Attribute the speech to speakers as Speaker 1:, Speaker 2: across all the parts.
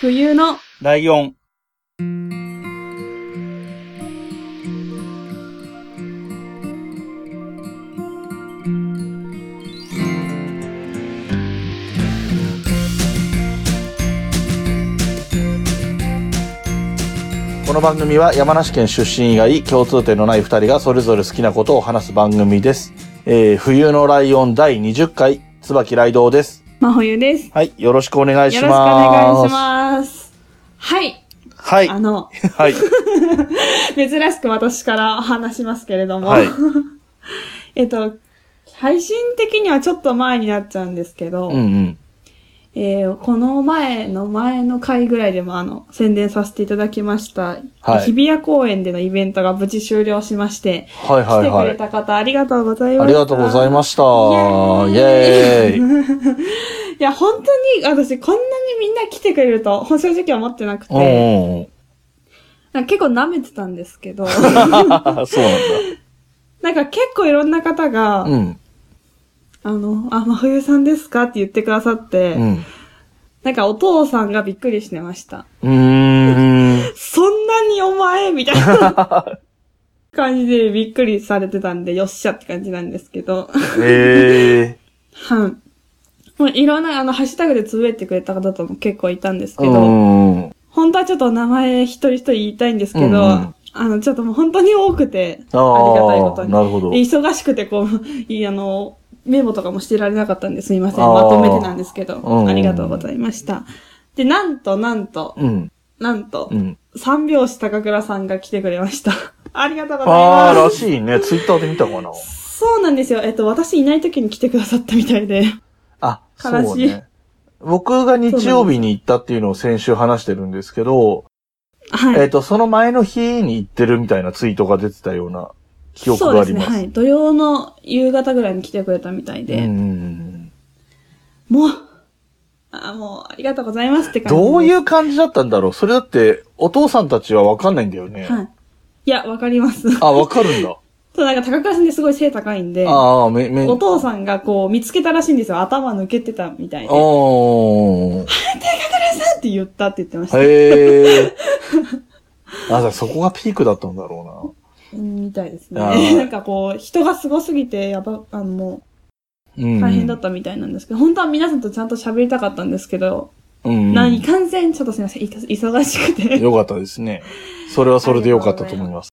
Speaker 1: 冬の
Speaker 2: ライオン。
Speaker 3: この番組は山梨県出身以外共通点のない二人がそれぞれ好きなことを話す番組です。えー、冬のライオン第20回、椿雷道です。
Speaker 1: 真冬です。よ
Speaker 3: はい、よろしくお願
Speaker 1: ろ
Speaker 3: い
Speaker 1: し
Speaker 3: し
Speaker 1: くお
Speaker 3: ます。
Speaker 1: 願いします。はい。
Speaker 3: はい、
Speaker 1: あの、
Speaker 3: はい、
Speaker 1: 珍しく私から話しますけれども、
Speaker 3: はい。
Speaker 1: えっと、配信的にはちょっと前になっちゃうんですけど、
Speaker 3: うんうん。
Speaker 1: えーこの前の前の回ぐらいでもあの、宣伝させていただきました、
Speaker 3: はい
Speaker 1: 日比谷公園でのイベントが無事終了しまして、
Speaker 3: はいはいは
Speaker 1: 来てくれ
Speaker 3: い。
Speaker 1: た方ありがとうございました。
Speaker 3: ありがとうございました。
Speaker 1: イ
Speaker 3: イエーイ。
Speaker 1: いや、本当に私こんなにみんな来てくれると、正直思ってなくて、
Speaker 3: うんうん。
Speaker 1: なんか結構舐めてたんです けど、
Speaker 3: あ そうなん
Speaker 1: なんか結構いろんな方が、
Speaker 3: だ。うん。
Speaker 1: あの、あ、真冬さんですかって言ってくださって、
Speaker 3: うん。
Speaker 1: なんかお父さんがびっくりしてました。
Speaker 3: うーん。
Speaker 1: そんなにお前みたいな 感じでびっくりされてたんで、よっしゃって感じなんですけど。
Speaker 3: ええ
Speaker 1: はい。もういろんな、あの、ハッシュタグでつぶえてくれた方とも結構いたんです
Speaker 3: ー。
Speaker 1: け
Speaker 3: う
Speaker 1: ど、
Speaker 3: んうん。
Speaker 1: 本当はちょっと名前一人一人言いたいんですけど、
Speaker 3: うんうん
Speaker 1: あの、ちょっともう本当に多くて、ありが
Speaker 3: あ
Speaker 1: たいこと
Speaker 3: あ、
Speaker 1: に。
Speaker 3: なるほど。
Speaker 1: で忙しくて、こう、いい、あの、メモとかもしてられなかったんですいません。
Speaker 3: あー
Speaker 1: まとめてなんですけど、
Speaker 3: うんうん
Speaker 1: ありがとうございました。で、なんと、なんと、
Speaker 3: うん。
Speaker 1: なんと
Speaker 3: う、ん。
Speaker 1: 三拍子高倉さんが来てくれました。 ありがとうござい
Speaker 3: ああ、
Speaker 1: ま
Speaker 3: らしいね。ツイッターで見たかな。
Speaker 1: す。そうなんですよ。えっと、私いない時に来てくださったみたいで。
Speaker 3: あ、
Speaker 1: 悲しい
Speaker 3: そうね。僕が日曜日に行ったっていうのを先週話してるんですけど、
Speaker 1: は
Speaker 3: えっ、
Speaker 1: い。
Speaker 3: と、その前の日に行ってるみたいなツイートが出てたような記憶
Speaker 1: そう
Speaker 3: が
Speaker 1: で
Speaker 3: あ
Speaker 1: す
Speaker 3: り
Speaker 1: ね。
Speaker 3: ます。
Speaker 1: はい。土曜の夕方ぐらいに来てくれたみたいで。
Speaker 3: うんうんうん
Speaker 1: もう、あもう、ありがとうございますって感じ。
Speaker 3: どういう感じだったんだろうそれだって、お父さんたちはわかんないんだよね。
Speaker 1: はい。いや、わかります。
Speaker 3: あ、わかるんだ。
Speaker 1: そう、なんか高倉さんですごい背高いんで、
Speaker 3: ああ、め、め、
Speaker 1: お父さんがこう見つけたらしいんですよ。頭抜けてたみたいで。なん
Speaker 3: おー。
Speaker 1: て言ったって言ってました。
Speaker 3: へえ。 あ、じゃあそこがピークだったんだろ
Speaker 1: うんみたいですね。
Speaker 3: あ ー
Speaker 1: なんかこう、人がすごすぎて、やば、あのも
Speaker 3: うな。うん。
Speaker 1: う、大変だったみたいなんですけど、本当は皆さんとちゃんと喋りたかったんですけど、
Speaker 3: うん。
Speaker 1: 何かんせん、ちょっとすみません、いか忙しくて。
Speaker 3: よかったですね。それはそれでよかったと思います。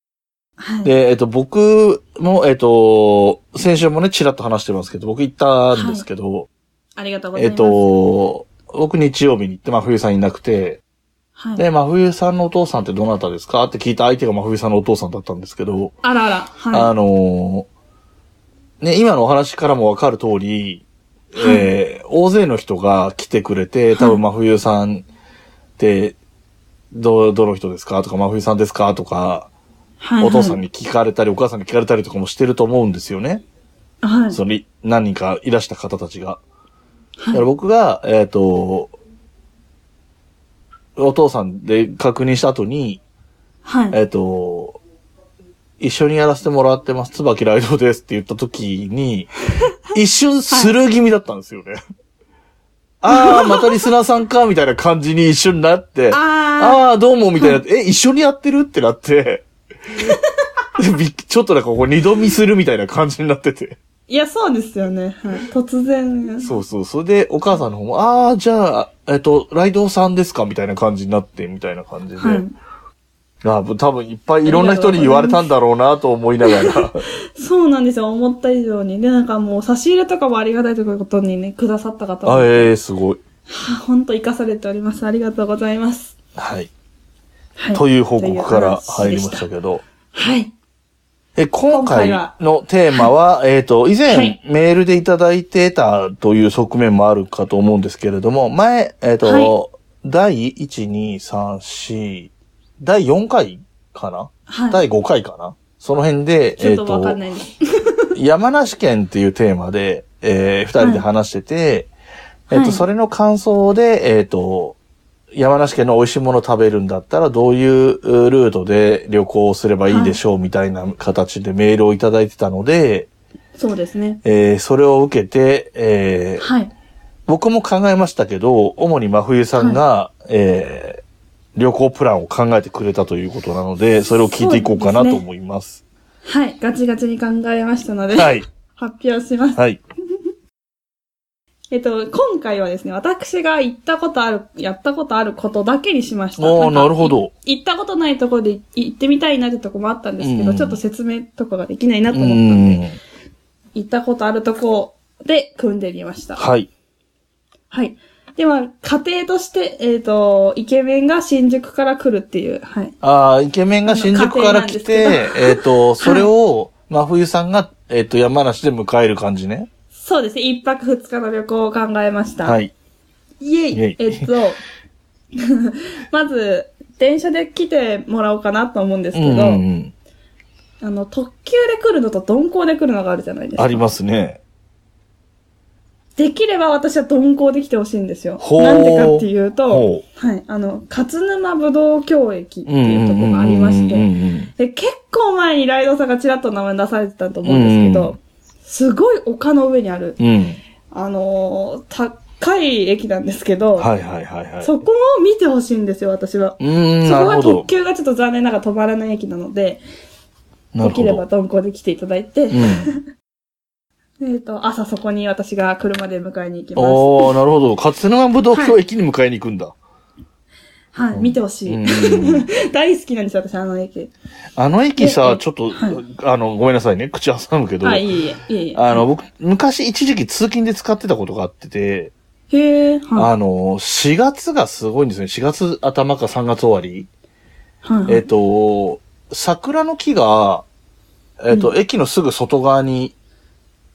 Speaker 1: はい。
Speaker 3: で、えっと、僕も、えっと、先週もね、ちらっと話してますけど、僕行ったんですけど、
Speaker 1: ありがとうござ
Speaker 3: え
Speaker 1: い
Speaker 3: っ
Speaker 1: ます。、
Speaker 3: と、僕日曜日に行って真冬さんいなくて、
Speaker 1: はい。
Speaker 3: で、真冬さんのお父さんってどなたですかって聞いた相手が真冬さんのお父さんだったんですけど、
Speaker 1: あらあら、は
Speaker 3: あのーね、今のお話からもわかる通り、えー大勢の人が来てくれて、多分真冬さんって、ど、どの人ですかとか、真冬さんですかとか、
Speaker 1: い。はい。
Speaker 3: お父さん。に聞かれたり、お母さんに聞かれたりとかもしてると思うんですよね。
Speaker 1: はい。
Speaker 3: その、い何人かいらした方たちが。だから
Speaker 1: はい
Speaker 3: 僕が、えっ、と、お父さんで確認した後に、
Speaker 1: はい。
Speaker 3: えっ、と、一緒にやらせてもらってます、椿ライドですって言った時に、 一瞬スルー気味だったんですよね。ああ、またリスナーさんか、みたいな感じに一瞬なって。
Speaker 1: あ
Speaker 3: ああー、どうも、みたいな。え、一緒にやってるって なって。びちょっとなんかこう二度見するみたいな感じになってて。
Speaker 1: ーいや、そうですよね。はい、突然。
Speaker 3: そうそう。それでお母さんの方も、ああ、じゃあ、えっと、ライドウさんですかみたいな感じになって、みたいな感じで。
Speaker 1: はい。
Speaker 3: ああ多分いっぱいいろんな人に言われたんだろうなと思いながら。
Speaker 1: そうなんですよ。思った以上に。で、なんかもう差し入れとかもありがたいということにね、くださった方も
Speaker 3: あええすごい。
Speaker 1: はあほんと生かされております。ありがとうございます。
Speaker 3: はい。
Speaker 1: はい。
Speaker 3: という報告から入りまし
Speaker 1: とい
Speaker 3: た
Speaker 1: う話で
Speaker 3: けど。
Speaker 1: した。はい。
Speaker 3: え、今回
Speaker 1: 今回は
Speaker 3: のテーマは、えっ、と、以前、
Speaker 1: はい
Speaker 3: メールでいただいてたという側面もあるかと思うんですけれども、前、えっ、と、第1、2、3、4、第4回かな、
Speaker 1: はい。
Speaker 3: 第5回かなその辺で、
Speaker 1: ちょ
Speaker 3: え
Speaker 1: っ
Speaker 3: っ、
Speaker 1: とわかん
Speaker 3: と、
Speaker 1: ないです。
Speaker 3: 山梨県っていうテーマで、えー二人で話してて、
Speaker 1: はい
Speaker 3: えっ、
Speaker 1: は
Speaker 3: と、
Speaker 1: い
Speaker 3: それの感想で、えっ、と、山梨県の美味しいものを食べるんだったら、どういううルートで旅行をすればいいでしょうみたいな形でメールをいただいてたので、
Speaker 1: そうですね。
Speaker 3: えーそれを受けて、えー
Speaker 1: はい。
Speaker 3: 僕も考えましたけど、主に真冬さんが、えー旅行プランを考えてくれたということなので、それを聞いていこうかなと思います。
Speaker 1: はい、ガチガチに考えましたので、
Speaker 3: はい。
Speaker 1: 発表します。
Speaker 3: はい。
Speaker 1: えっと、今回はですね、私が行ったことある、やったことあることだけにしました。
Speaker 3: おー、
Speaker 1: んか
Speaker 3: なるほ。ど。
Speaker 1: 行ったことないところで行ってみたいなってとこもあったんですけど、
Speaker 3: うん
Speaker 1: ちょっと説明とかができないな
Speaker 3: う
Speaker 1: と思ったんで、
Speaker 3: ん。
Speaker 1: 行ったことあるとこで組んでみました。
Speaker 3: はい。
Speaker 1: はい。では、家庭として、えっ、と、イケメンが新宿から来るっていう、はい。
Speaker 3: ああ、イケメンが新宿か
Speaker 1: あ
Speaker 3: ら来
Speaker 1: の家
Speaker 3: て、 えっ、と、それを、真冬さんが、えっ、と、山梨で迎える感じね。
Speaker 1: そうですね、一泊二日の旅行を考えました。
Speaker 3: は。い。
Speaker 1: イエイ
Speaker 3: イエイ
Speaker 1: えっと、 まず、電車で来てもらおうかなと思うんです
Speaker 3: う
Speaker 1: け
Speaker 3: ん
Speaker 1: ど、
Speaker 3: うんうん。
Speaker 1: あの、特急で来るのと鈍行で来るのがあるじゃないですか。
Speaker 3: ありますね。
Speaker 1: できれば私は鈍行で来てほしいんですよ。
Speaker 3: ほう
Speaker 1: なんでかっていうと、
Speaker 3: ほ
Speaker 1: はい、あの、勝沼ぶどう京駅って
Speaker 3: う。うん
Speaker 1: いうところがありまして、
Speaker 3: うん
Speaker 1: で、結構前にライドさんがちらっと名前出されてたと思うんですけど、
Speaker 3: うん
Speaker 1: すごい丘の上にある、
Speaker 3: うんうんうん。
Speaker 1: あのー高い駅なんですけど、
Speaker 3: うん。はいはいはいはい。
Speaker 1: そこを見てほしいんですよ、私は。
Speaker 3: うーん、
Speaker 1: そ
Speaker 3: な
Speaker 1: こ
Speaker 3: る
Speaker 1: は
Speaker 3: ほど
Speaker 1: 特。急がちょっと残念ながら止まらない駅なので、
Speaker 3: な
Speaker 1: で
Speaker 3: るほ
Speaker 1: きれば
Speaker 3: ど。
Speaker 1: 鈍行で来ていただいて、
Speaker 3: うん。
Speaker 1: えっと、朝そこに私が車で迎えに行きます。
Speaker 3: おー、なるほど。勝沼武道橋駅に迎えに行くんだ。
Speaker 1: はい、見てほしい。
Speaker 3: うんうんうん
Speaker 1: 大好きなんですよ、私、あの駅。
Speaker 3: あの駅
Speaker 1: ええ
Speaker 3: さ、ちょっと、
Speaker 1: は
Speaker 3: あの、ごめんなさいね。口挟むけど、
Speaker 1: はい、いえいえ、いえいえ。
Speaker 3: あの、僕、昔一時期通勤で使ってたことがあってて、
Speaker 1: へえ、は
Speaker 3: あの、4月がすごいんですね。4月頭か3月終わり。
Speaker 1: い。はい、
Speaker 3: えっと、桜の木が、えっと、駅のすぐ外側に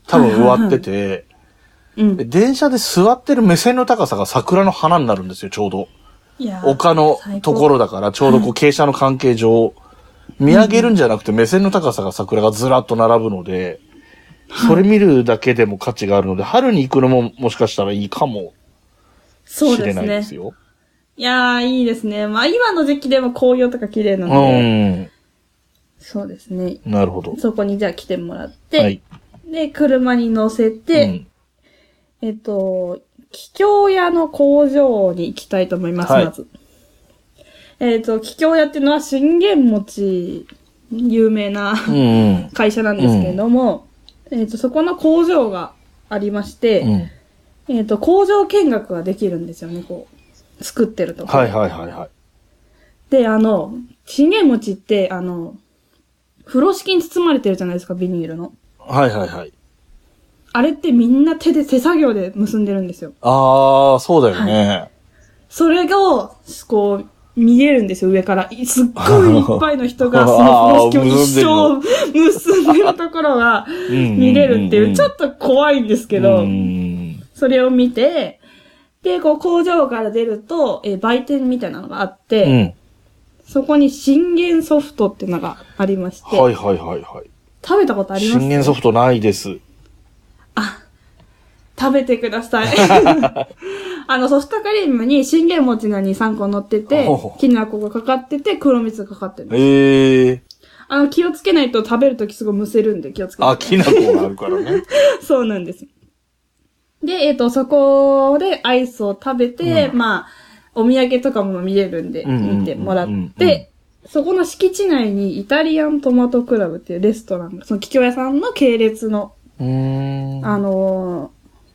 Speaker 3: 多分植わってて、
Speaker 1: うん
Speaker 3: で。電車で座ってる目線の高さが桜の花になるんですよ、ちょうど。
Speaker 1: いやー
Speaker 3: 丘のところだから、ちょうどこう傾斜の関係上、見上げるんじゃなくて目線の高さが桜がずらっと並ぶので、それ見るだけでも価値があるので、春に行くのももしかしたらいいかも
Speaker 1: そう
Speaker 3: しれ
Speaker 1: です
Speaker 3: ないで
Speaker 1: ね
Speaker 3: す。よ。
Speaker 1: いやー、いいですね。まあ、今の時期でも紅葉とか綺麗な
Speaker 3: う
Speaker 1: ので、
Speaker 3: ん。
Speaker 1: そうですね。
Speaker 3: なるほど。
Speaker 1: そこにじゃあ来てもらって、
Speaker 3: はい。
Speaker 1: で、車に乗せて、
Speaker 3: うん
Speaker 1: えっと、桔梗屋の工場に行きたいと思います、
Speaker 3: はい
Speaker 1: まず。えっと、桔梗屋っていうのは信玄餅、有名な
Speaker 3: うん。
Speaker 1: 会社なんですけれども、えっと、そこの工場がありまして、
Speaker 3: うん。
Speaker 1: えっと、工場見学ができるんですよね、こう、作ってるとこ
Speaker 3: はいはいはいはい。
Speaker 1: で、あの、信玄餅って、あの、風呂敷に包まれてるじゃないですか、ビニールの。
Speaker 3: はいはいはい。
Speaker 1: あれってみんな手で手作業で結んでるんですよ。
Speaker 3: あー、そうだよね。
Speaker 1: それが、こう、見えるんですよ、上から。いすっごいいっぱいの人が、その風呂敷を一生結んでるところが見れるっていう、ちょっと怖いんですけど、
Speaker 3: うん
Speaker 1: それを見て、で、こう工場から出ると、えー売店みたいなのがあっ
Speaker 3: う
Speaker 1: て、
Speaker 3: ん。
Speaker 1: そこに信玄ソフトっていうのがありまして、
Speaker 3: はいはいはいはい。
Speaker 1: 食べたことあります
Speaker 3: 信玄ソフトないです。
Speaker 1: あ、食べてくだ さい。あの、ソフトクリームに信玄餅が2、3個乗ってて
Speaker 3: ほうほ、う
Speaker 1: きな粉がかかってて、黒蜜がかかってるの。
Speaker 3: ええー。
Speaker 1: あの、気をつけないと食べるときすごいむせるんで気をつけ
Speaker 3: あ、
Speaker 1: て。
Speaker 3: きな粉があるからね。
Speaker 1: そうなんです。で、えっ、と、そこでアイスを食べて、
Speaker 3: うん
Speaker 1: まあ、お土産とかも見れるんで、
Speaker 3: うんうんうんうん
Speaker 1: 見てもらっ
Speaker 3: うん
Speaker 1: て、そこの敷地内にイタリアントマトクラブっていうレストランが、その桔梗屋さんの系列の
Speaker 3: うーん。
Speaker 1: あの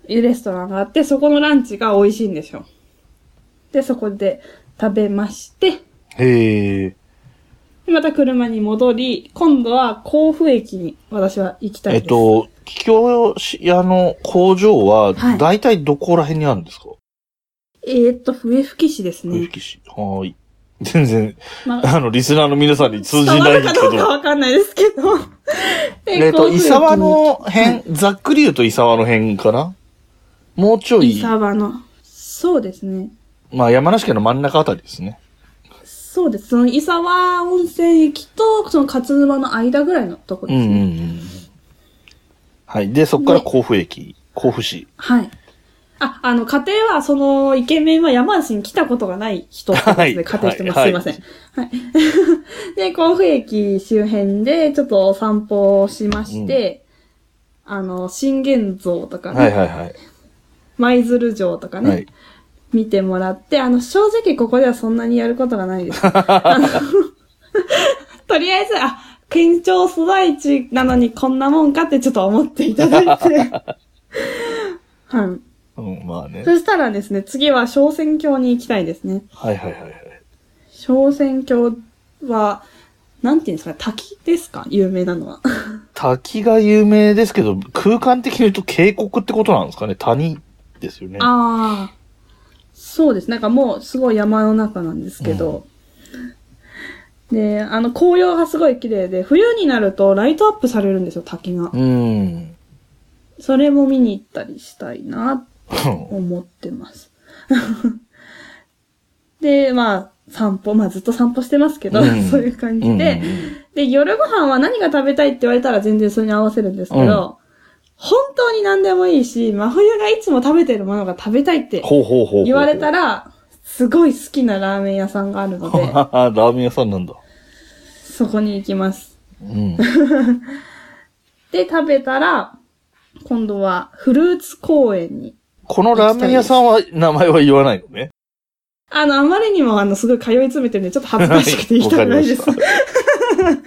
Speaker 1: ー、レストランがあって、そこのランチが美味しいんですよ。で、そこで食べまして、
Speaker 3: へえ。
Speaker 1: でまた車に戻り、今度は甲府駅に私は行きたい
Speaker 3: え
Speaker 1: で
Speaker 3: っ
Speaker 1: す。
Speaker 3: と、桔梗屋の工場は
Speaker 1: は、い
Speaker 3: だいたいどこら辺にあるんですか
Speaker 1: えーっと、笛吹市です
Speaker 3: 笛
Speaker 1: ね。
Speaker 3: 吹市。はーい。全然、
Speaker 1: まあ、
Speaker 3: あの、リスナーの皆さんに
Speaker 1: 伝
Speaker 3: 通じ
Speaker 1: わ
Speaker 3: ない
Speaker 1: る
Speaker 3: んで
Speaker 1: か
Speaker 3: すけ
Speaker 1: どうか
Speaker 3: ど。
Speaker 1: わかんないですけ ど。で
Speaker 3: えっと、
Speaker 1: 甲府駅に
Speaker 3: 伊沢の辺、ざっくり言うと伊沢の辺かなもうちょ
Speaker 1: 伊
Speaker 3: い、
Speaker 1: 沢の。そうですね。
Speaker 3: まあ山梨県の真ん中あたりですね。
Speaker 1: そうです。その伊沢温泉駅と、その勝沼の間ぐらいのとこ
Speaker 3: う
Speaker 1: で
Speaker 3: んう
Speaker 1: す
Speaker 3: ん
Speaker 1: ね。
Speaker 3: うん。はい。で、そこから甲府駅、甲府市。
Speaker 1: はい。あ、あの、家庭は、その、イケメンは山梨に来たことがない人ってことです
Speaker 3: は
Speaker 1: ね。
Speaker 3: い
Speaker 1: 家庭してます。
Speaker 3: は
Speaker 1: す
Speaker 3: い
Speaker 1: いません。はい。 で、甲府駅周辺で、ちょっとお散歩をしまして、あの、信玄像とかね、
Speaker 3: はいはいはい。
Speaker 1: 舞鶴城とかね、
Speaker 3: はい。
Speaker 1: 見てもらって、あの、正直ここではそんなにやることがない です。あのとりあえず、あ、県庁所在地なのにこんなもんかってちょっと思っていただ いて。はい。
Speaker 3: うん、まあね。
Speaker 1: そしたらですね、次は小選挙に行きたいですね。
Speaker 3: はいはいはいはい。
Speaker 1: 小選挙は、なんていうんですか、滝ですか有名なのは。
Speaker 3: 滝が有名ですけど、空間的に言うと渓谷ってことなんですかね谷ですよね。
Speaker 1: ああ。そうです。なんかもうすごい山の中なんですけど。で、あの紅葉がすごい綺麗で、冬になるとライトアップされるんですよ、滝が。
Speaker 3: うん。
Speaker 1: それも見に行ったりしたいな、思ってます。 で、まあ、散歩、まあずっと散歩してますけど、
Speaker 3: うん
Speaker 1: そういう感
Speaker 3: う
Speaker 1: じ
Speaker 3: ん
Speaker 1: で、で、夜ご飯は何が食べたいって言われたら全然それに合わせるんですけど、
Speaker 3: うん
Speaker 1: 本当に何でもいいし、真冬がいつも食べてるものが食べたいって
Speaker 3: ほうほうほうほう。
Speaker 1: 言われた
Speaker 3: ら。
Speaker 1: ら、すごい好きなラーメン屋さんがあるので、
Speaker 3: ラーメン屋さんなんだ。
Speaker 1: そこに行きます。
Speaker 3: うん。
Speaker 1: で、食べたら、今度はフルーツ公園に。
Speaker 3: このラーメン屋さんは名前は言わないのね。
Speaker 1: あの、あまりにもあの、すごい通い詰めてるんで、ちょっと恥ずかしくて言いたくないです
Speaker 3: わ。かりまし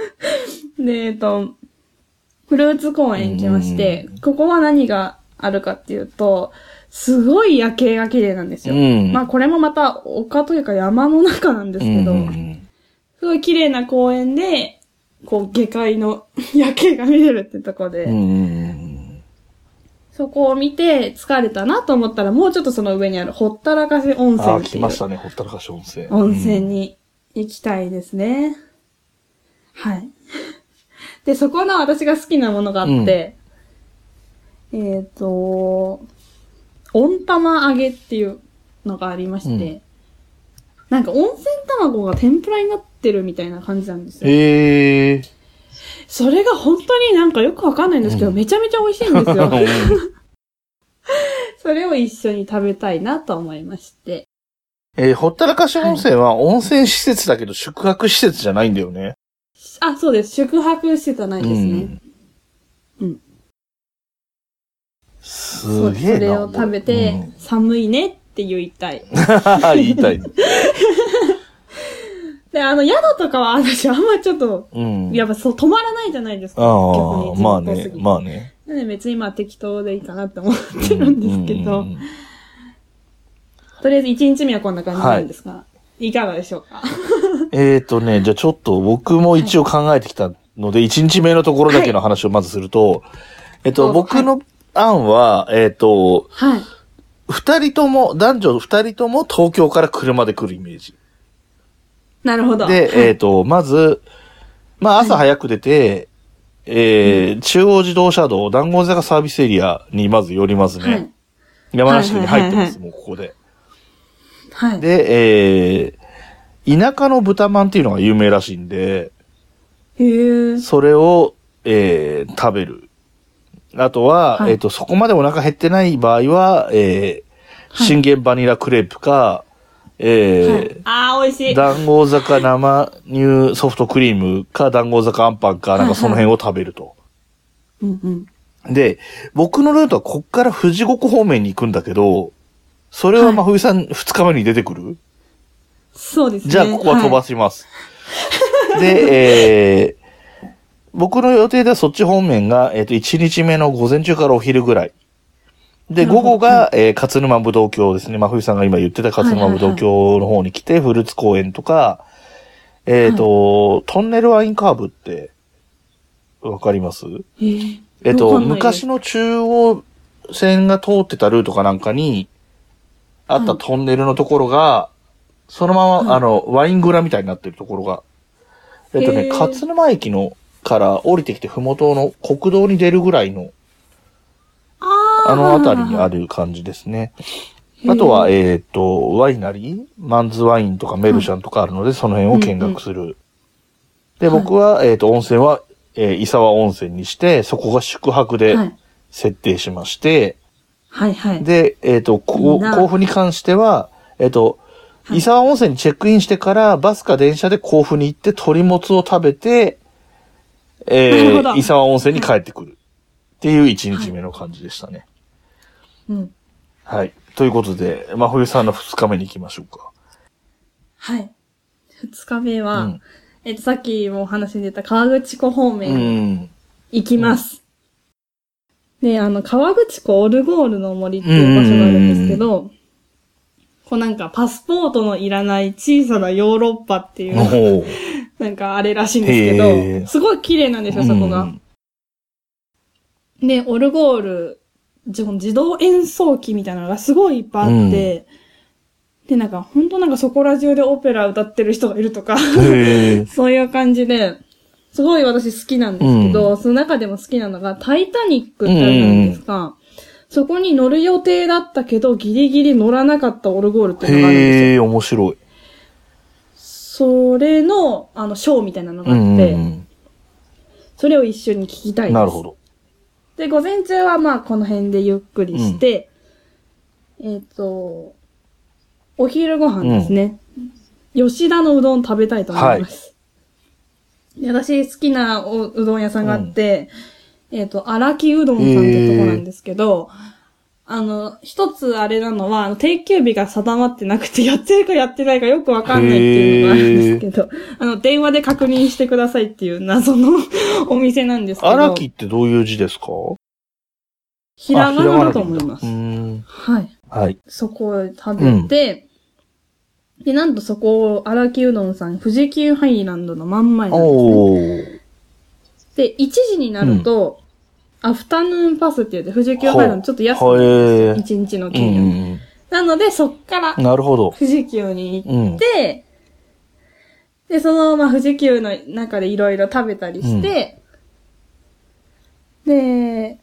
Speaker 1: で、えっと、フルーツ公園行きまして
Speaker 3: う、
Speaker 1: ここは何があるかっていうと、すごい夜景が綺麗なんです
Speaker 3: た
Speaker 1: よ。
Speaker 3: うん。
Speaker 1: まあ、これもまた丘というか山の中なんですけど、
Speaker 3: うんうんうん
Speaker 1: すごい綺麗な公園で、こう、下界の 夜景が見れるってとこで、
Speaker 3: うんうんうん
Speaker 1: そこを見て疲れたなと思ったら、もうちょっとその上にあるほったらかし温泉
Speaker 3: ああ、
Speaker 1: って
Speaker 3: 来
Speaker 1: いう
Speaker 3: ましたね。ほったらかし温泉。
Speaker 1: 温泉に行きたいですね。はい。で、そこの私が好きなものがあって、えっ、と、温玉揚げっていうのがありまして、
Speaker 3: う
Speaker 1: なんか温泉卵が天ぷらになってるみたいな感じなんです
Speaker 3: うん。
Speaker 1: よ。
Speaker 3: ええ。
Speaker 1: それが本当になんかよくわかんないんですけど、
Speaker 3: うん
Speaker 1: めちゃめちゃ美味しいんですよ。
Speaker 3: うん
Speaker 1: それを一緒に食べたいなと思いまして。
Speaker 3: えー、ほったらかし温泉は温泉施設だけど宿泊施設じゃないんだよね。
Speaker 1: あ、そうです。宿泊してたないですね。
Speaker 3: う
Speaker 1: うんん。そ
Speaker 3: す
Speaker 1: う
Speaker 3: げえな。
Speaker 1: それを食べて、
Speaker 3: うん
Speaker 1: 寒いねって言いたい。
Speaker 3: 言いたい。
Speaker 1: で、あの、宿とかは私あんまちょっと、
Speaker 3: うん。
Speaker 1: やっぱそう、止まらないじゃないですか。
Speaker 3: ああ、
Speaker 1: 逆に
Speaker 3: まあ
Speaker 1: 地元す
Speaker 3: ね、
Speaker 1: ぎて
Speaker 3: まあね。
Speaker 1: なので別に今適当でいいかなって思ってるんですけど、
Speaker 3: うんうんうん
Speaker 1: とりあえず1日目はこんな感じなんですが、い、かがでしょうか。
Speaker 3: えーとね、じゃあちょっと僕も一応考えてきたので、1日目のところだけの話をまずすると、えっ
Speaker 1: ど
Speaker 3: と、
Speaker 1: うぞ
Speaker 3: 僕の案は、えっと、
Speaker 1: はい。
Speaker 3: 二人とも、男女二人とも東京から車で来るイメージ。
Speaker 1: なるほど。
Speaker 3: で、
Speaker 1: はい
Speaker 3: えっと、まず、まあ朝早く出て、えー中央自動車道、談合坂サービスエリアにまず寄ります
Speaker 1: はい
Speaker 3: ね。。山梨県に入って
Speaker 1: はいはいはい
Speaker 3: ま
Speaker 1: は
Speaker 3: す、
Speaker 1: い
Speaker 3: もうここで。
Speaker 1: はい。
Speaker 3: で、えー、田舎の豚まんっていうのが有名らしいんで、
Speaker 1: へえ。
Speaker 3: それを、えー食べる。あとは、
Speaker 1: はい
Speaker 3: えっ、と、そこまでお腹減ってない場合は、えー、
Speaker 1: はい
Speaker 3: 信玄バニラクレープか、
Speaker 1: はい
Speaker 3: え
Speaker 1: ああ、美味し
Speaker 3: ー、
Speaker 1: い。
Speaker 3: 団子坂生乳ソフトクリームか、団子坂あんパンか、なんかその辺を食べると。
Speaker 1: うんうん。
Speaker 3: で、僕のルートはこっから富士五湖方面に行くんだけど、それは
Speaker 1: はい
Speaker 3: 真冬さん二日目に出てくる、
Speaker 1: そうですね。
Speaker 3: じゃあ、ここは飛ばします。で、えー僕の予定ではそっち方面が、えっ、と、1日目の午前中からお昼ぐらい。で、
Speaker 1: なる
Speaker 3: 午
Speaker 1: ほど
Speaker 3: 後が、えー、勝沼武道橋ですね。真冬さんが今言ってた勝沼武道橋の方に来て、フルーツ公園とか、えっ、と、トンネルワインカーブって、わかります
Speaker 1: はい。へー
Speaker 3: えっ、
Speaker 1: わ
Speaker 3: と、
Speaker 1: かんないです
Speaker 3: 昔の中央線が通ってたルートかなんかに、あった
Speaker 1: はい
Speaker 3: トンネルのところが、そのまま、
Speaker 1: はい
Speaker 3: あの、ワイン蔵みたいになってるところが、えっと
Speaker 1: へー
Speaker 3: ね、勝沼駅の、から降りてきて、ふもとの国道に出るぐらいの、
Speaker 1: ああ。
Speaker 3: あの辺りにあ
Speaker 1: る。
Speaker 3: る感じですね。
Speaker 1: へー
Speaker 3: あとは、えっ、と、ワイナリー、マンズワインとかメルシャンとかあるので、その辺を見学する。で、
Speaker 1: はい
Speaker 3: 僕は、えっ、と、温泉は、えー、伊沢温泉にして、そこが宿泊で
Speaker 1: はい。
Speaker 3: 設定しまして、
Speaker 1: はいはい。
Speaker 3: で、えっ、と、こ
Speaker 1: いいな
Speaker 3: 甲府に関しては、えっ、と、
Speaker 1: はい
Speaker 3: 伊沢温泉にチェックインしてから、バスか電車で甲府に行って、鶏もつを食べて、え
Speaker 1: なるほ
Speaker 3: ー、
Speaker 1: ど
Speaker 3: 伊沢温泉に帰ってくる。っていう一日目の感じでしたね。
Speaker 1: うん。
Speaker 3: はい。ということで、真冬さんの二日目に行きましょうか。
Speaker 1: はい。二日目は、
Speaker 3: うん
Speaker 1: えっと、さっきもお話に出た川口湖方
Speaker 3: う
Speaker 1: 面
Speaker 3: ん。
Speaker 1: 行きます。で、あの、川口湖オルゴールの森っていう場所があるんですけど、こうなんかパスポートのいらない小さなヨーロッパっていう、
Speaker 3: お
Speaker 1: なんかあれらしいんですけ
Speaker 3: へー
Speaker 1: ど、すごい綺麗なんですよ、そこが。で、オルゴール、じ自動演奏機みたいなのがすごいいっぱいあって、で、なんか、ほんとなんかそこら中でオペラ歌ってる人がいるとか、
Speaker 3: へ え。
Speaker 1: そういう感じで、すごい私好きなんですけど、その中でも好きなのが、タイタニックってあるじゃないですか。そこに乗る予定だったけど、ギリギリ乗らなかったオルゴールっていうのがあるんですよ。
Speaker 3: へえ、面白い。
Speaker 1: それの、あの、ショーみたいなのが
Speaker 3: う
Speaker 1: あ
Speaker 3: ん
Speaker 1: っ
Speaker 3: う
Speaker 1: て、
Speaker 3: ん
Speaker 1: それを一緒に聞きたい
Speaker 3: う
Speaker 1: です。
Speaker 3: ん。なるほど。
Speaker 1: で、午前中はまあこの辺でゆっくりして、えっ、と、お昼ご飯ですね、吉田のうどん食べたいと思います。で私好きなおうどん屋さんがあって、えっ、と、荒木うどんさんってとこなんですけど、あの、一つあれなのは、あの定休日が定まってなくて、やってるかやってないかよくわかんないっていうのがあるんですけど、あの、電話で確認してくださいっていう謎の お店なんですけど。
Speaker 3: 荒木ってどういう字ですか
Speaker 1: ひらがなだと思いま
Speaker 3: う
Speaker 1: す。
Speaker 3: ん。
Speaker 1: はい。
Speaker 3: はい。
Speaker 1: そこを食べて、で、なんとそこを荒木うどんさん、富士急ハイランドの真ん前なんですね。
Speaker 3: おー。
Speaker 1: で、1時になると、アフタヌーンパスって言って、富士急ハイランドちょっと安くなる
Speaker 3: は
Speaker 1: ん
Speaker 3: い
Speaker 1: ですよ。1日の
Speaker 3: う
Speaker 1: 金曜日。
Speaker 3: ん
Speaker 1: なので、そっから
Speaker 3: うん。なるほど。
Speaker 1: 富士急に行っ
Speaker 3: うん。
Speaker 1: て、で、そのまま富士急の中でいろいろ食べたりして、で、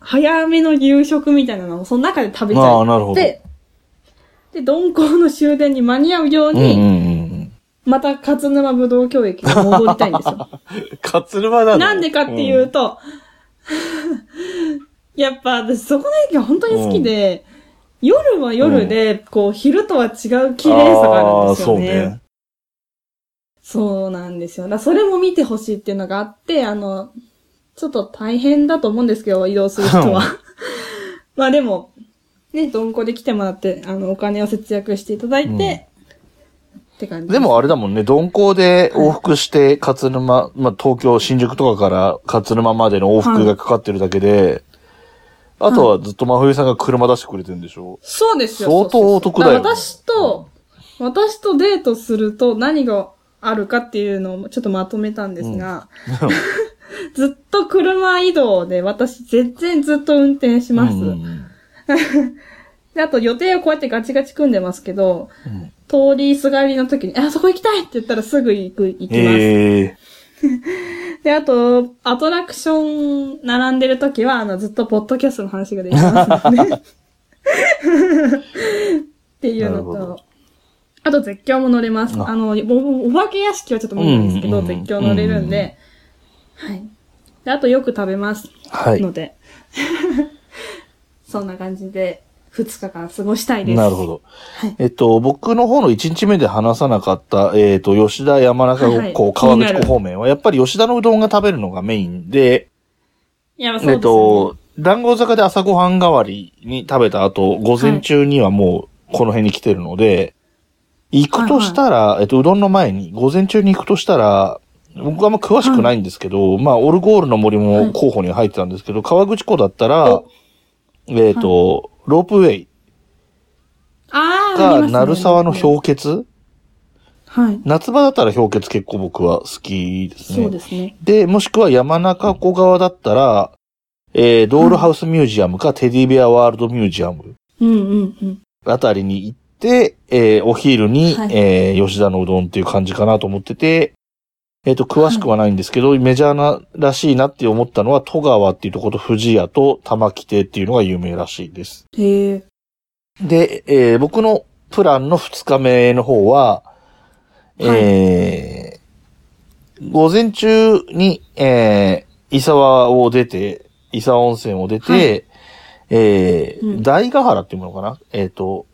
Speaker 1: 早めの夕食みたいなのをその中で食べちゃ
Speaker 3: あ
Speaker 1: う
Speaker 3: あ、なるほど。
Speaker 1: で、で、鈍行の終電に間に合うよう
Speaker 3: うんうん
Speaker 1: に、
Speaker 3: うん
Speaker 1: また勝沼武道教駅に戻りたいんです よ。
Speaker 3: うん。かつるまなの
Speaker 1: なんでかっていうと、やっぱ私そこの駅が本当に好きで、夜は夜で、こう、昼とは違う綺麗さがあるんですよね。
Speaker 3: あーそうね。
Speaker 1: そうなんですよ。だからそれも見てほしいっていうのがあって、あの、ちょっと大変だと思うんですけど、移動する人は。 まあでも、ね、鈍行で来てもらって、あの、お金を節約していただいて、って感じす
Speaker 3: でもあれだもんね、鈍行で往復して、勝沼、まあ、東京、新宿とかから勝沼までの往復がかかってるだけで、あとはずっと真冬さんが車出してくれてるんでしょ
Speaker 1: そうですよ。
Speaker 3: 相当
Speaker 1: そうそうそう
Speaker 3: お得だよね
Speaker 1: から私と、私とデートすると何があるかっていうのをちょっとまとめたんですが、 ずっと車移動で私全然ずっと運転します。
Speaker 3: うんうん
Speaker 1: で、あと予定をこうやってガチガチ組んでますけど、
Speaker 3: うん
Speaker 1: 通りすがりの時に、あ、そこ行きたいって言ったらすぐ行く、行きます。
Speaker 3: へえ
Speaker 1: で、あと、アトラクション並んでる時は、あの、ずっとポッドキャストの話ができます ので。っていうの
Speaker 3: なるほど
Speaker 1: と、あと絶叫も乗れます。
Speaker 3: あ
Speaker 1: あの、おお化け屋敷はちょっと無理なんですけど、
Speaker 3: うんうんうん
Speaker 1: 絶叫乗れるんで、はい。で、あとよく食べます。
Speaker 3: はい。
Speaker 1: ので、 そんな感じで、2日間過ごしたいです。
Speaker 3: なるほど。
Speaker 1: はい
Speaker 3: えっと、僕の方の1日目で話さなかった、えっと、吉田、山中湖、
Speaker 1: はいはい
Speaker 3: 川
Speaker 1: 気にな
Speaker 3: 口湖
Speaker 1: る
Speaker 3: 方面は、やっぱり吉田のうどんが食べるのがメインで、
Speaker 1: いや、まあそう
Speaker 3: え
Speaker 1: です
Speaker 3: っ
Speaker 1: よね
Speaker 3: と、団子坂で朝ごはん代わりに食べた後、午前中にはもうこの辺に来てるので、行くとしたら、えっと、うどんの前に、午前中に行くとしたら、僕はあんま詳しくないんですけど、まあ、オルゴールの森も候補には入ってたんですけど、川口湖だったら
Speaker 1: お、
Speaker 3: えっと、ロープウェイ
Speaker 1: あーあり
Speaker 3: が
Speaker 1: ますね
Speaker 3: 鳴沢の氷結
Speaker 1: はい。
Speaker 3: 夏場だったら氷結結構僕は好きです
Speaker 1: そう
Speaker 3: ね
Speaker 1: で。すね。
Speaker 3: でもしくは山中湖側だったら、えー、ドールハウスミュージアムかテディベアワールドミュージアム
Speaker 1: うんうんうん。
Speaker 3: あたりに行って、えー、お昼に、
Speaker 1: はい
Speaker 3: えー、吉田のうどんっていう感じかなと思ってて、えっ、と、詳しくはないんですけど、メジャーな、らしいなって思ったのは、戸川っていうところと富士屋と玉木亭っていうのが有名らしいです。
Speaker 1: へえ。
Speaker 3: で、えー僕のプランの2日目の方
Speaker 1: は
Speaker 3: は、
Speaker 1: い
Speaker 3: えー午前中に、えー、伊沢を出て、伊沢温泉を出て、
Speaker 1: はい
Speaker 3: えー
Speaker 1: うん
Speaker 3: 大ヶ原っていうものかなえっ、と、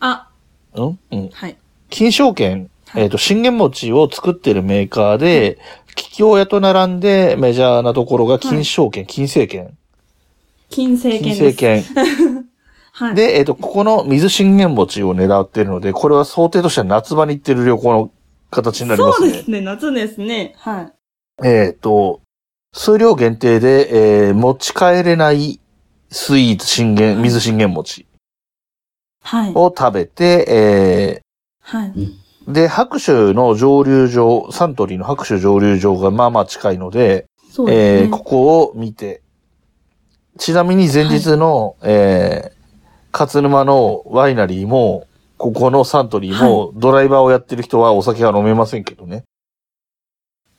Speaker 1: あ、
Speaker 3: んうん。
Speaker 1: はい。
Speaker 3: 金賞券、
Speaker 1: はい
Speaker 3: えっ、と、信玄餅を作ってるメーカーで、桔梗屋と並んでメジャーなところが金賞券、金星券、
Speaker 1: 金星
Speaker 3: 金
Speaker 1: 券です。
Speaker 3: 星券
Speaker 1: はい。
Speaker 3: で、えっ、と、ここの水信玄墓地を狙っているので、これは想定としては夏場に行ってる旅行の形になります
Speaker 1: そう
Speaker 3: ね。
Speaker 1: ですね、夏ですね。はい。
Speaker 3: えっ、と、数量限定で、えー持ち帰れないスイーツ信玄、水信玄餅
Speaker 1: はい。
Speaker 3: を食べて、
Speaker 1: はい。
Speaker 3: えーで、白州の上流場、サントリーの白州上流場がまあまあ近いので、
Speaker 1: そう
Speaker 3: え
Speaker 1: ですね
Speaker 3: ーこ。こを見て、ちなみに前日の、えー勝沼のワイナリーも、ここのサントリーも、ドライバーをやってる人はお酒は飲めませんけどね。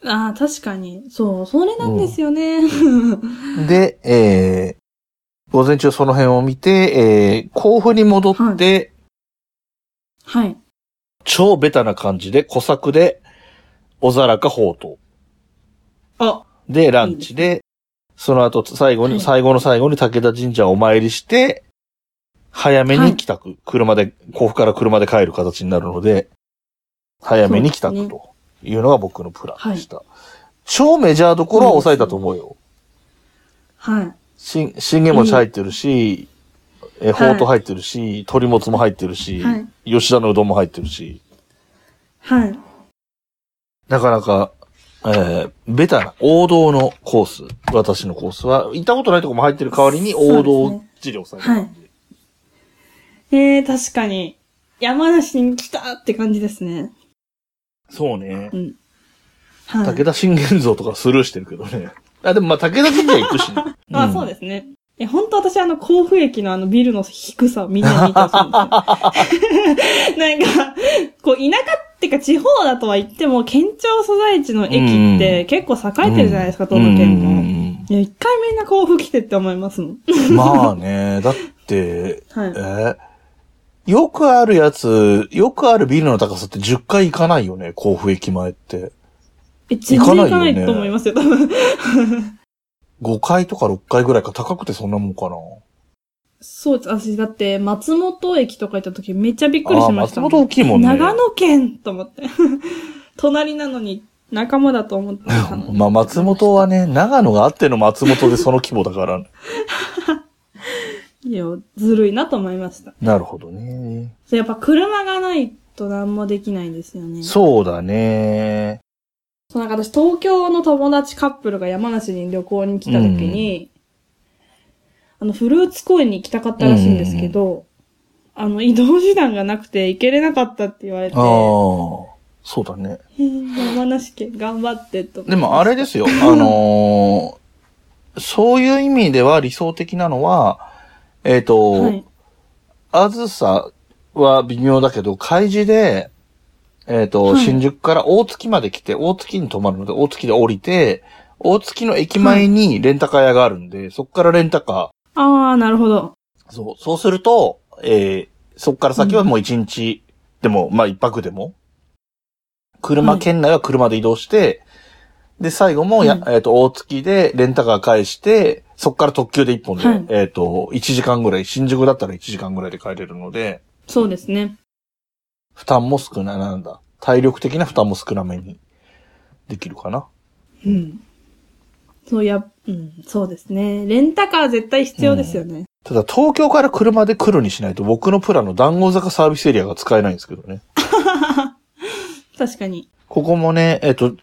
Speaker 1: ああ、確かに。そう、それなんですよね。
Speaker 3: で、えー、午前中その辺を見て、えー、甲府に戻って、
Speaker 1: はい。
Speaker 3: 超ベタな感じで、小作で、お皿かほうと
Speaker 1: あ、
Speaker 3: う。で、ランチで、その後、最後に、
Speaker 1: はい
Speaker 3: 最後の最後に武田神社をお参りして、早めに帰宅。車で、甲府から車で帰る形になるので、早めに帰
Speaker 1: そう
Speaker 3: 宅
Speaker 1: で
Speaker 3: というのが僕のプランでした。超メジャーどころは抑えたと思うよ。
Speaker 1: はい。
Speaker 3: し信玄餅入ってるし、え、ほうとう入ってるし、鶏もつも入ってるし、
Speaker 1: はい
Speaker 3: 吉田のうどんも入ってるし、
Speaker 1: はい。
Speaker 3: なかなか、えー、ベタな、王道のコース、私のコースは、行ったことないとこも入ってる代わりに王道を治療された感じ。
Speaker 1: ええー、確かに。山梨に来たって感じですね。
Speaker 3: そうね。
Speaker 1: うん。はい。。
Speaker 3: 武田信玄像とかスルーしてるけどね。 あ、でもまあ武田神社行くしね
Speaker 1: まあそうですね。え、本当私あの、甲府駅のあのビルの低さをみんな見てほしいん ですよ。なんか、こう、田舎ってか地方だとは言っても、県庁所在地の駅って結構栄えてるじゃないですか、どの県も。
Speaker 3: も。
Speaker 1: いや、一回みんな甲府来てって思いますもん。
Speaker 3: まあね、だって、
Speaker 1: はい。
Speaker 3: えーよくあるやつ、よくあるビルの高さって10回行かないよね、甲府駅前って。
Speaker 1: え、全然行かないと思いますよ、多分。
Speaker 3: 5回とか6回ぐらいか、高くてそんなもんかな。
Speaker 1: そうです。私、だって、松本駅とか行った時めっちゃびっくり
Speaker 3: あ
Speaker 1: しま
Speaker 3: ー
Speaker 1: し
Speaker 3: 松
Speaker 1: たもん。
Speaker 3: 本大きいもんね。
Speaker 1: 長野県と思って。 隣なのに仲間だと思ってたのに
Speaker 3: まあ、松 本はね、長野があっての松本でその規模だから、 ね、
Speaker 1: いや、ずるいなと思いました。
Speaker 3: なるほどね。
Speaker 1: そうやっぱ車がないと何もできないんですよね。そ
Speaker 3: そうだね。
Speaker 1: うなんか私東京の友達カップルが山梨に旅行に来た時に、あのフルーツ公園に行きたかったらしいんですけど、あの移動手段がなくて行けれなかったって言われて、
Speaker 3: ああ、そうだね。
Speaker 1: へー山梨県頑張ってと。
Speaker 3: でもあれで すよ、あのーそういう意味では理想的なのは、えっ、と、
Speaker 1: はい。
Speaker 3: あずさは微妙だけど、開示で、えっ、と、
Speaker 1: はい
Speaker 3: 新宿から大月まで来て、大月に泊まるので、大月で降りて、大月の駅前にレンタカー屋があるんで、そっからレンタカ
Speaker 1: ああ、なるほど。
Speaker 3: ー。そう、そうすると、えーそっから先はもう一日でも、まあ一泊でも。
Speaker 1: は
Speaker 3: 車、
Speaker 1: い
Speaker 3: 県内は車で移動して、で、最後もや、
Speaker 1: は
Speaker 3: えっ、と、大月でレンタカー返して、そっから特急で一本で、
Speaker 1: はい
Speaker 3: えっ、と、1時間ぐらい、新宿だったら1時間ぐらいで帰れるので、
Speaker 1: そうですね。
Speaker 3: 負担も少ない、なんだ。体力的な負担も少なめにできるかな。
Speaker 1: うん。そうや、うん、そうですね。レンタカー絶対必要ですよね。
Speaker 3: ただ、東京から車で来るにしないと、僕のプランの団子坂サービスエリアが使えないんですけどね。
Speaker 1: 確かに。
Speaker 3: ここもね、えっと、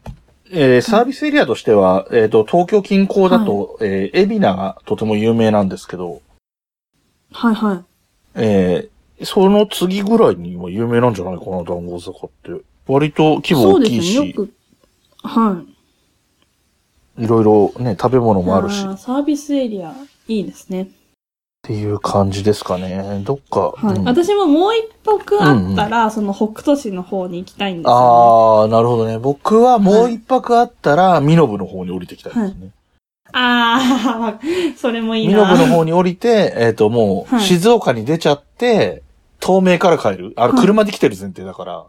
Speaker 3: えーサービスエリアとしては、えっと、東京近郊だと、えー、海老名がとても有名なんですけど、
Speaker 1: はいはい。
Speaker 3: えーその次ぐらいには有名なんじゃないかな、団子坂って。割と規模
Speaker 1: そう
Speaker 3: 大きい
Speaker 1: ですね。よ
Speaker 3: し、
Speaker 1: く、はい。
Speaker 3: いろいろね、食べ物もあるし、
Speaker 1: ー
Speaker 3: っ
Speaker 1: サービスエリア、いいですね。
Speaker 3: ていう感じですかね。どっか。
Speaker 1: はい。
Speaker 3: うん
Speaker 1: 私ももう一泊あったら、その北斗市の方に行きたいんですよ、
Speaker 3: ああ、なるほどね。僕はもう一泊あったら、ミノブの方に降りてきたいですね。
Speaker 1: ね。ああー、それもいい
Speaker 3: ミノ
Speaker 1: な。
Speaker 3: ブの方に降りて、えっ、と、もう、
Speaker 1: はい
Speaker 3: 静岡に出ちゃって、東名から帰る。あの、
Speaker 1: はい
Speaker 3: 車で来てる前提だから、
Speaker 1: あ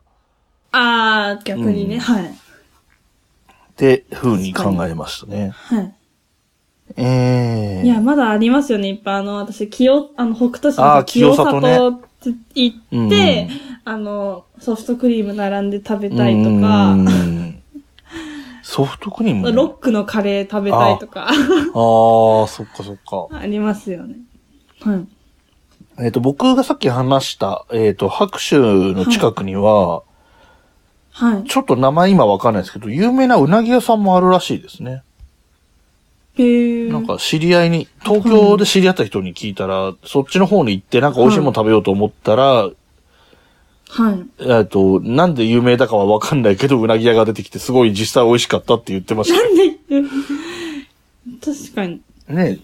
Speaker 1: あ、逆にね、
Speaker 3: うん
Speaker 1: はい。
Speaker 3: って、風に考えましたね。
Speaker 1: はい。
Speaker 3: ええ
Speaker 1: いや、まだありますよね、いっぱい。あの、私、清、あの、北斗市
Speaker 3: あ
Speaker 1: の
Speaker 3: ー清里ね
Speaker 1: 清行って、
Speaker 3: うん
Speaker 1: あの、ソフトクリーム並んで食べたいと。
Speaker 3: う
Speaker 1: か、
Speaker 3: んソフトクリーム、ね、
Speaker 1: ロックのカレー食べ たいとか、
Speaker 3: ああ、そっかそっか。
Speaker 1: ありますよね。はい。
Speaker 3: えっ、と、僕がさっき話した、えっ、と、白州の近くには、
Speaker 1: はい。
Speaker 3: ちょっと名前今わかんないですけど、有名なうなぎ屋さんもあるらしいですね。
Speaker 1: へー
Speaker 3: なんか知り合いに、東京で知り合った人に聞いたら、そっちの方に行ってなんか美味しいもの食べようと思ったら、
Speaker 1: はい。
Speaker 3: えっと、なんで有名だかはわかんないけど、うなぎ屋が出てきて、すごい実際美味しかったって言ってまし
Speaker 1: なんで言って 確かに。
Speaker 3: た。ね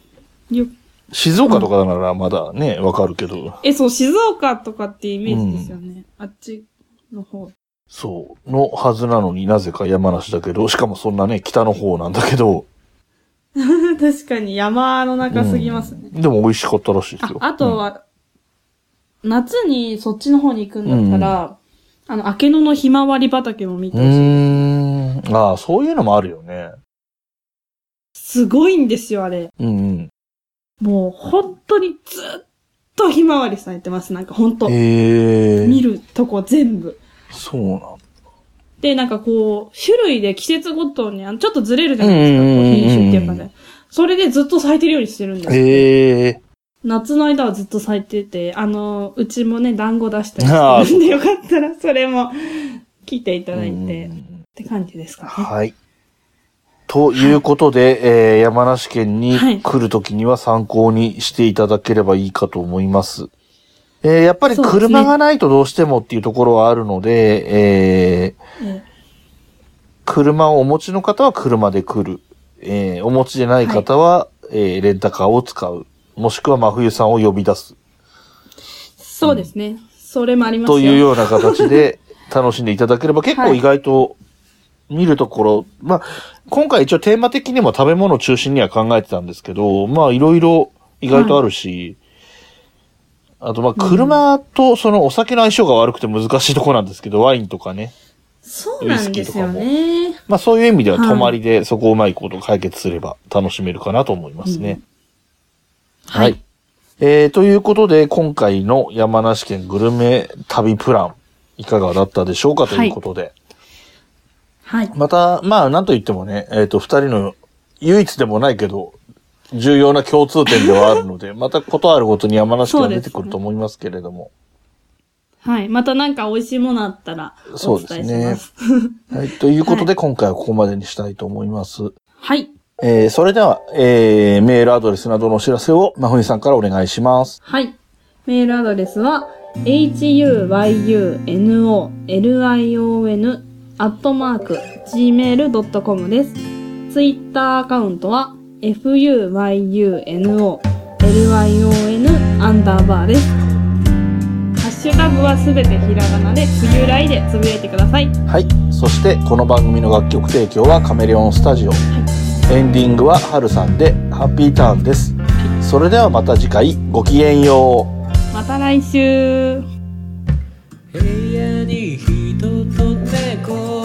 Speaker 1: よ
Speaker 3: 静岡とかならまだね、わかるけど、
Speaker 1: え、そう、静岡とかってイメージですよね。あっちの方。
Speaker 3: そう、のはずなのになぜか山梨だけど、しかもそんなね、北の方なんだけど、
Speaker 1: 確かに山の中すぎますね。
Speaker 3: うんでも美味しかったらしいです
Speaker 1: あ
Speaker 3: よ。
Speaker 1: あと
Speaker 3: は、
Speaker 1: は、夏にそっちの方に行くんだったら、あの、明け野のひまわり畑も見て
Speaker 3: う
Speaker 1: ほしい。
Speaker 3: ん、うーん、ああ、そういうのもあるよね。
Speaker 1: すごいんですよ、あれ。
Speaker 3: うん
Speaker 1: もう、本当にずっとひまわり咲いてます。なんか本
Speaker 3: う
Speaker 1: 当
Speaker 3: ん。ええ
Speaker 1: 見るとこ全部。
Speaker 3: そうなんだ
Speaker 1: で、なんかこう、種類で季節ごとに、あの、ちょっとずれるじゃないですか、
Speaker 3: うんうんうんうん
Speaker 1: こう品種っていうかね。それでずっと咲いてるようにしてるんですよ
Speaker 3: ええ
Speaker 1: 夏の間はずっと咲いてて、あの、うちもね、団子出したり
Speaker 3: ああ
Speaker 1: してるんで、よかったらそれも来ていただいて、
Speaker 3: う
Speaker 1: っ
Speaker 3: ん
Speaker 1: て感じですかね。
Speaker 3: はい。ということで、えー山梨県に
Speaker 1: はい
Speaker 3: 来るときには参考にしていただければいいかと思います。えーやっぱり
Speaker 1: そうですね
Speaker 3: 車がないとどうしてもっていうところはあるので、えー
Speaker 1: え
Speaker 3: 車をお持ちの方は車で来る。えーお持ちでない方は、えーレンタカーを使う。もしくは真冬さんを呼び出す。
Speaker 1: そうですね。それもありますよ
Speaker 3: というような形で楽しんでいただければ結構意外と見るところ、まあ今回一応テーマ的にも食べ物を中心には考えてたんですけどまあいろいろ意外とあるし、あとまあ車とそのお酒の相性が悪くて難しいとこなんですけどワインとかね
Speaker 1: そうなんですよね。
Speaker 3: まあそういう意味では泊まりでそこをうまいこと解決すれば楽しめるかなと思いますね。
Speaker 1: は
Speaker 3: はいい。えー、ということで、今回の山梨県グルメ旅プラン、いかがだったでしょうかということで。
Speaker 1: はい。
Speaker 3: また、まあ、なんと言ってもね、えっ、と、二人の唯一でもないけど、重要な共通点ではあるの で、またことあるごとに山梨県は出てくると思いますけれども。
Speaker 1: はい。またなんか美味しいものあったら、
Speaker 3: そ
Speaker 1: お
Speaker 3: う
Speaker 1: 伝
Speaker 3: で
Speaker 1: え
Speaker 3: す
Speaker 1: し
Speaker 3: ね
Speaker 1: ます。
Speaker 3: はい。ということで、今回はここまでにしたいと思います。
Speaker 1: はい。
Speaker 3: えー、それでは、えー、メールアドレスなどのお知らせを、まふみさんからお願いします。
Speaker 1: はい。メールアドレスは、huyunolion アットマーク gmail.com です。ツイッターアカウントは、fuyunolion アンダーバーです。ハッシュタグはすべてひらがなで、冬来でつぶやいてください。
Speaker 3: はい。そして、この番組の楽曲提供はカメレオンスタジオ。エンディングはハルさんで、ハッピーターンです。それではまた次回、ごきげんよう。
Speaker 1: また来週。
Speaker 2: 部屋に人と猫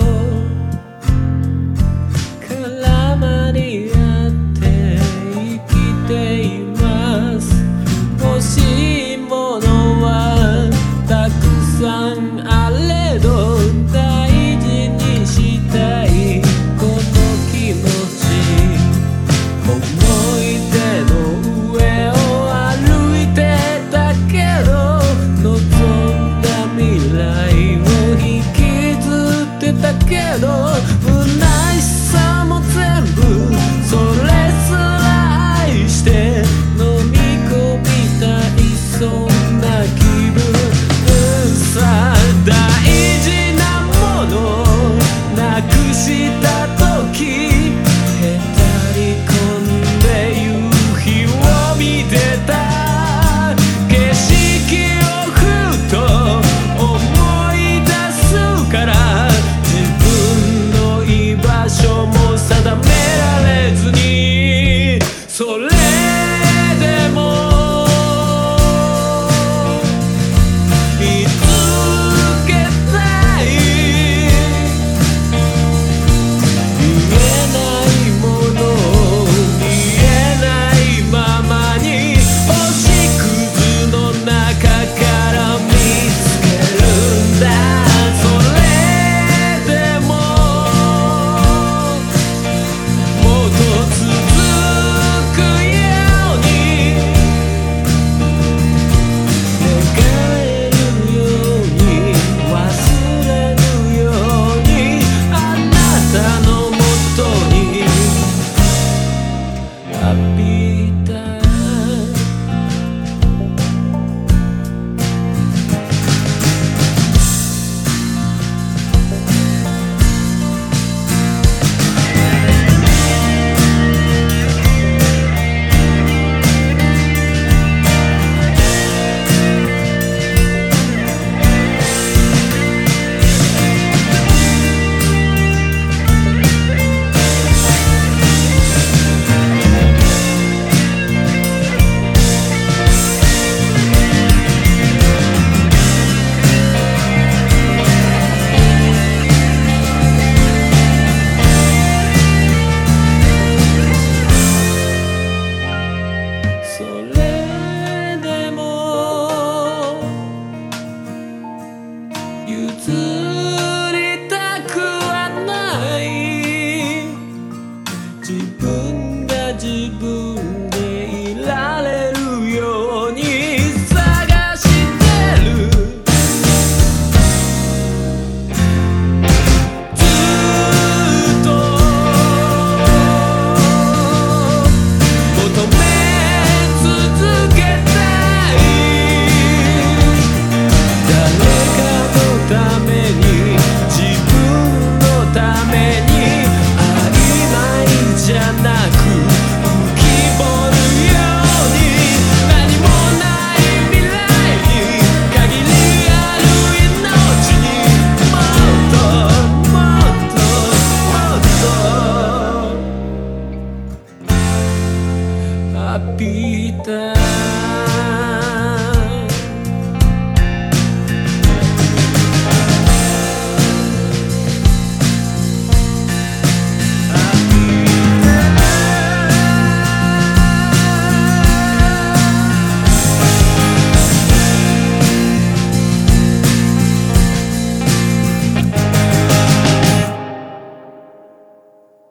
Speaker 2: 絡まり合って生きています欲しいものはたくさんあれど大事にしたいこの気持ち思い出の上を歩いてたけど望んだ未来を引き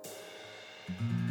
Speaker 2: 「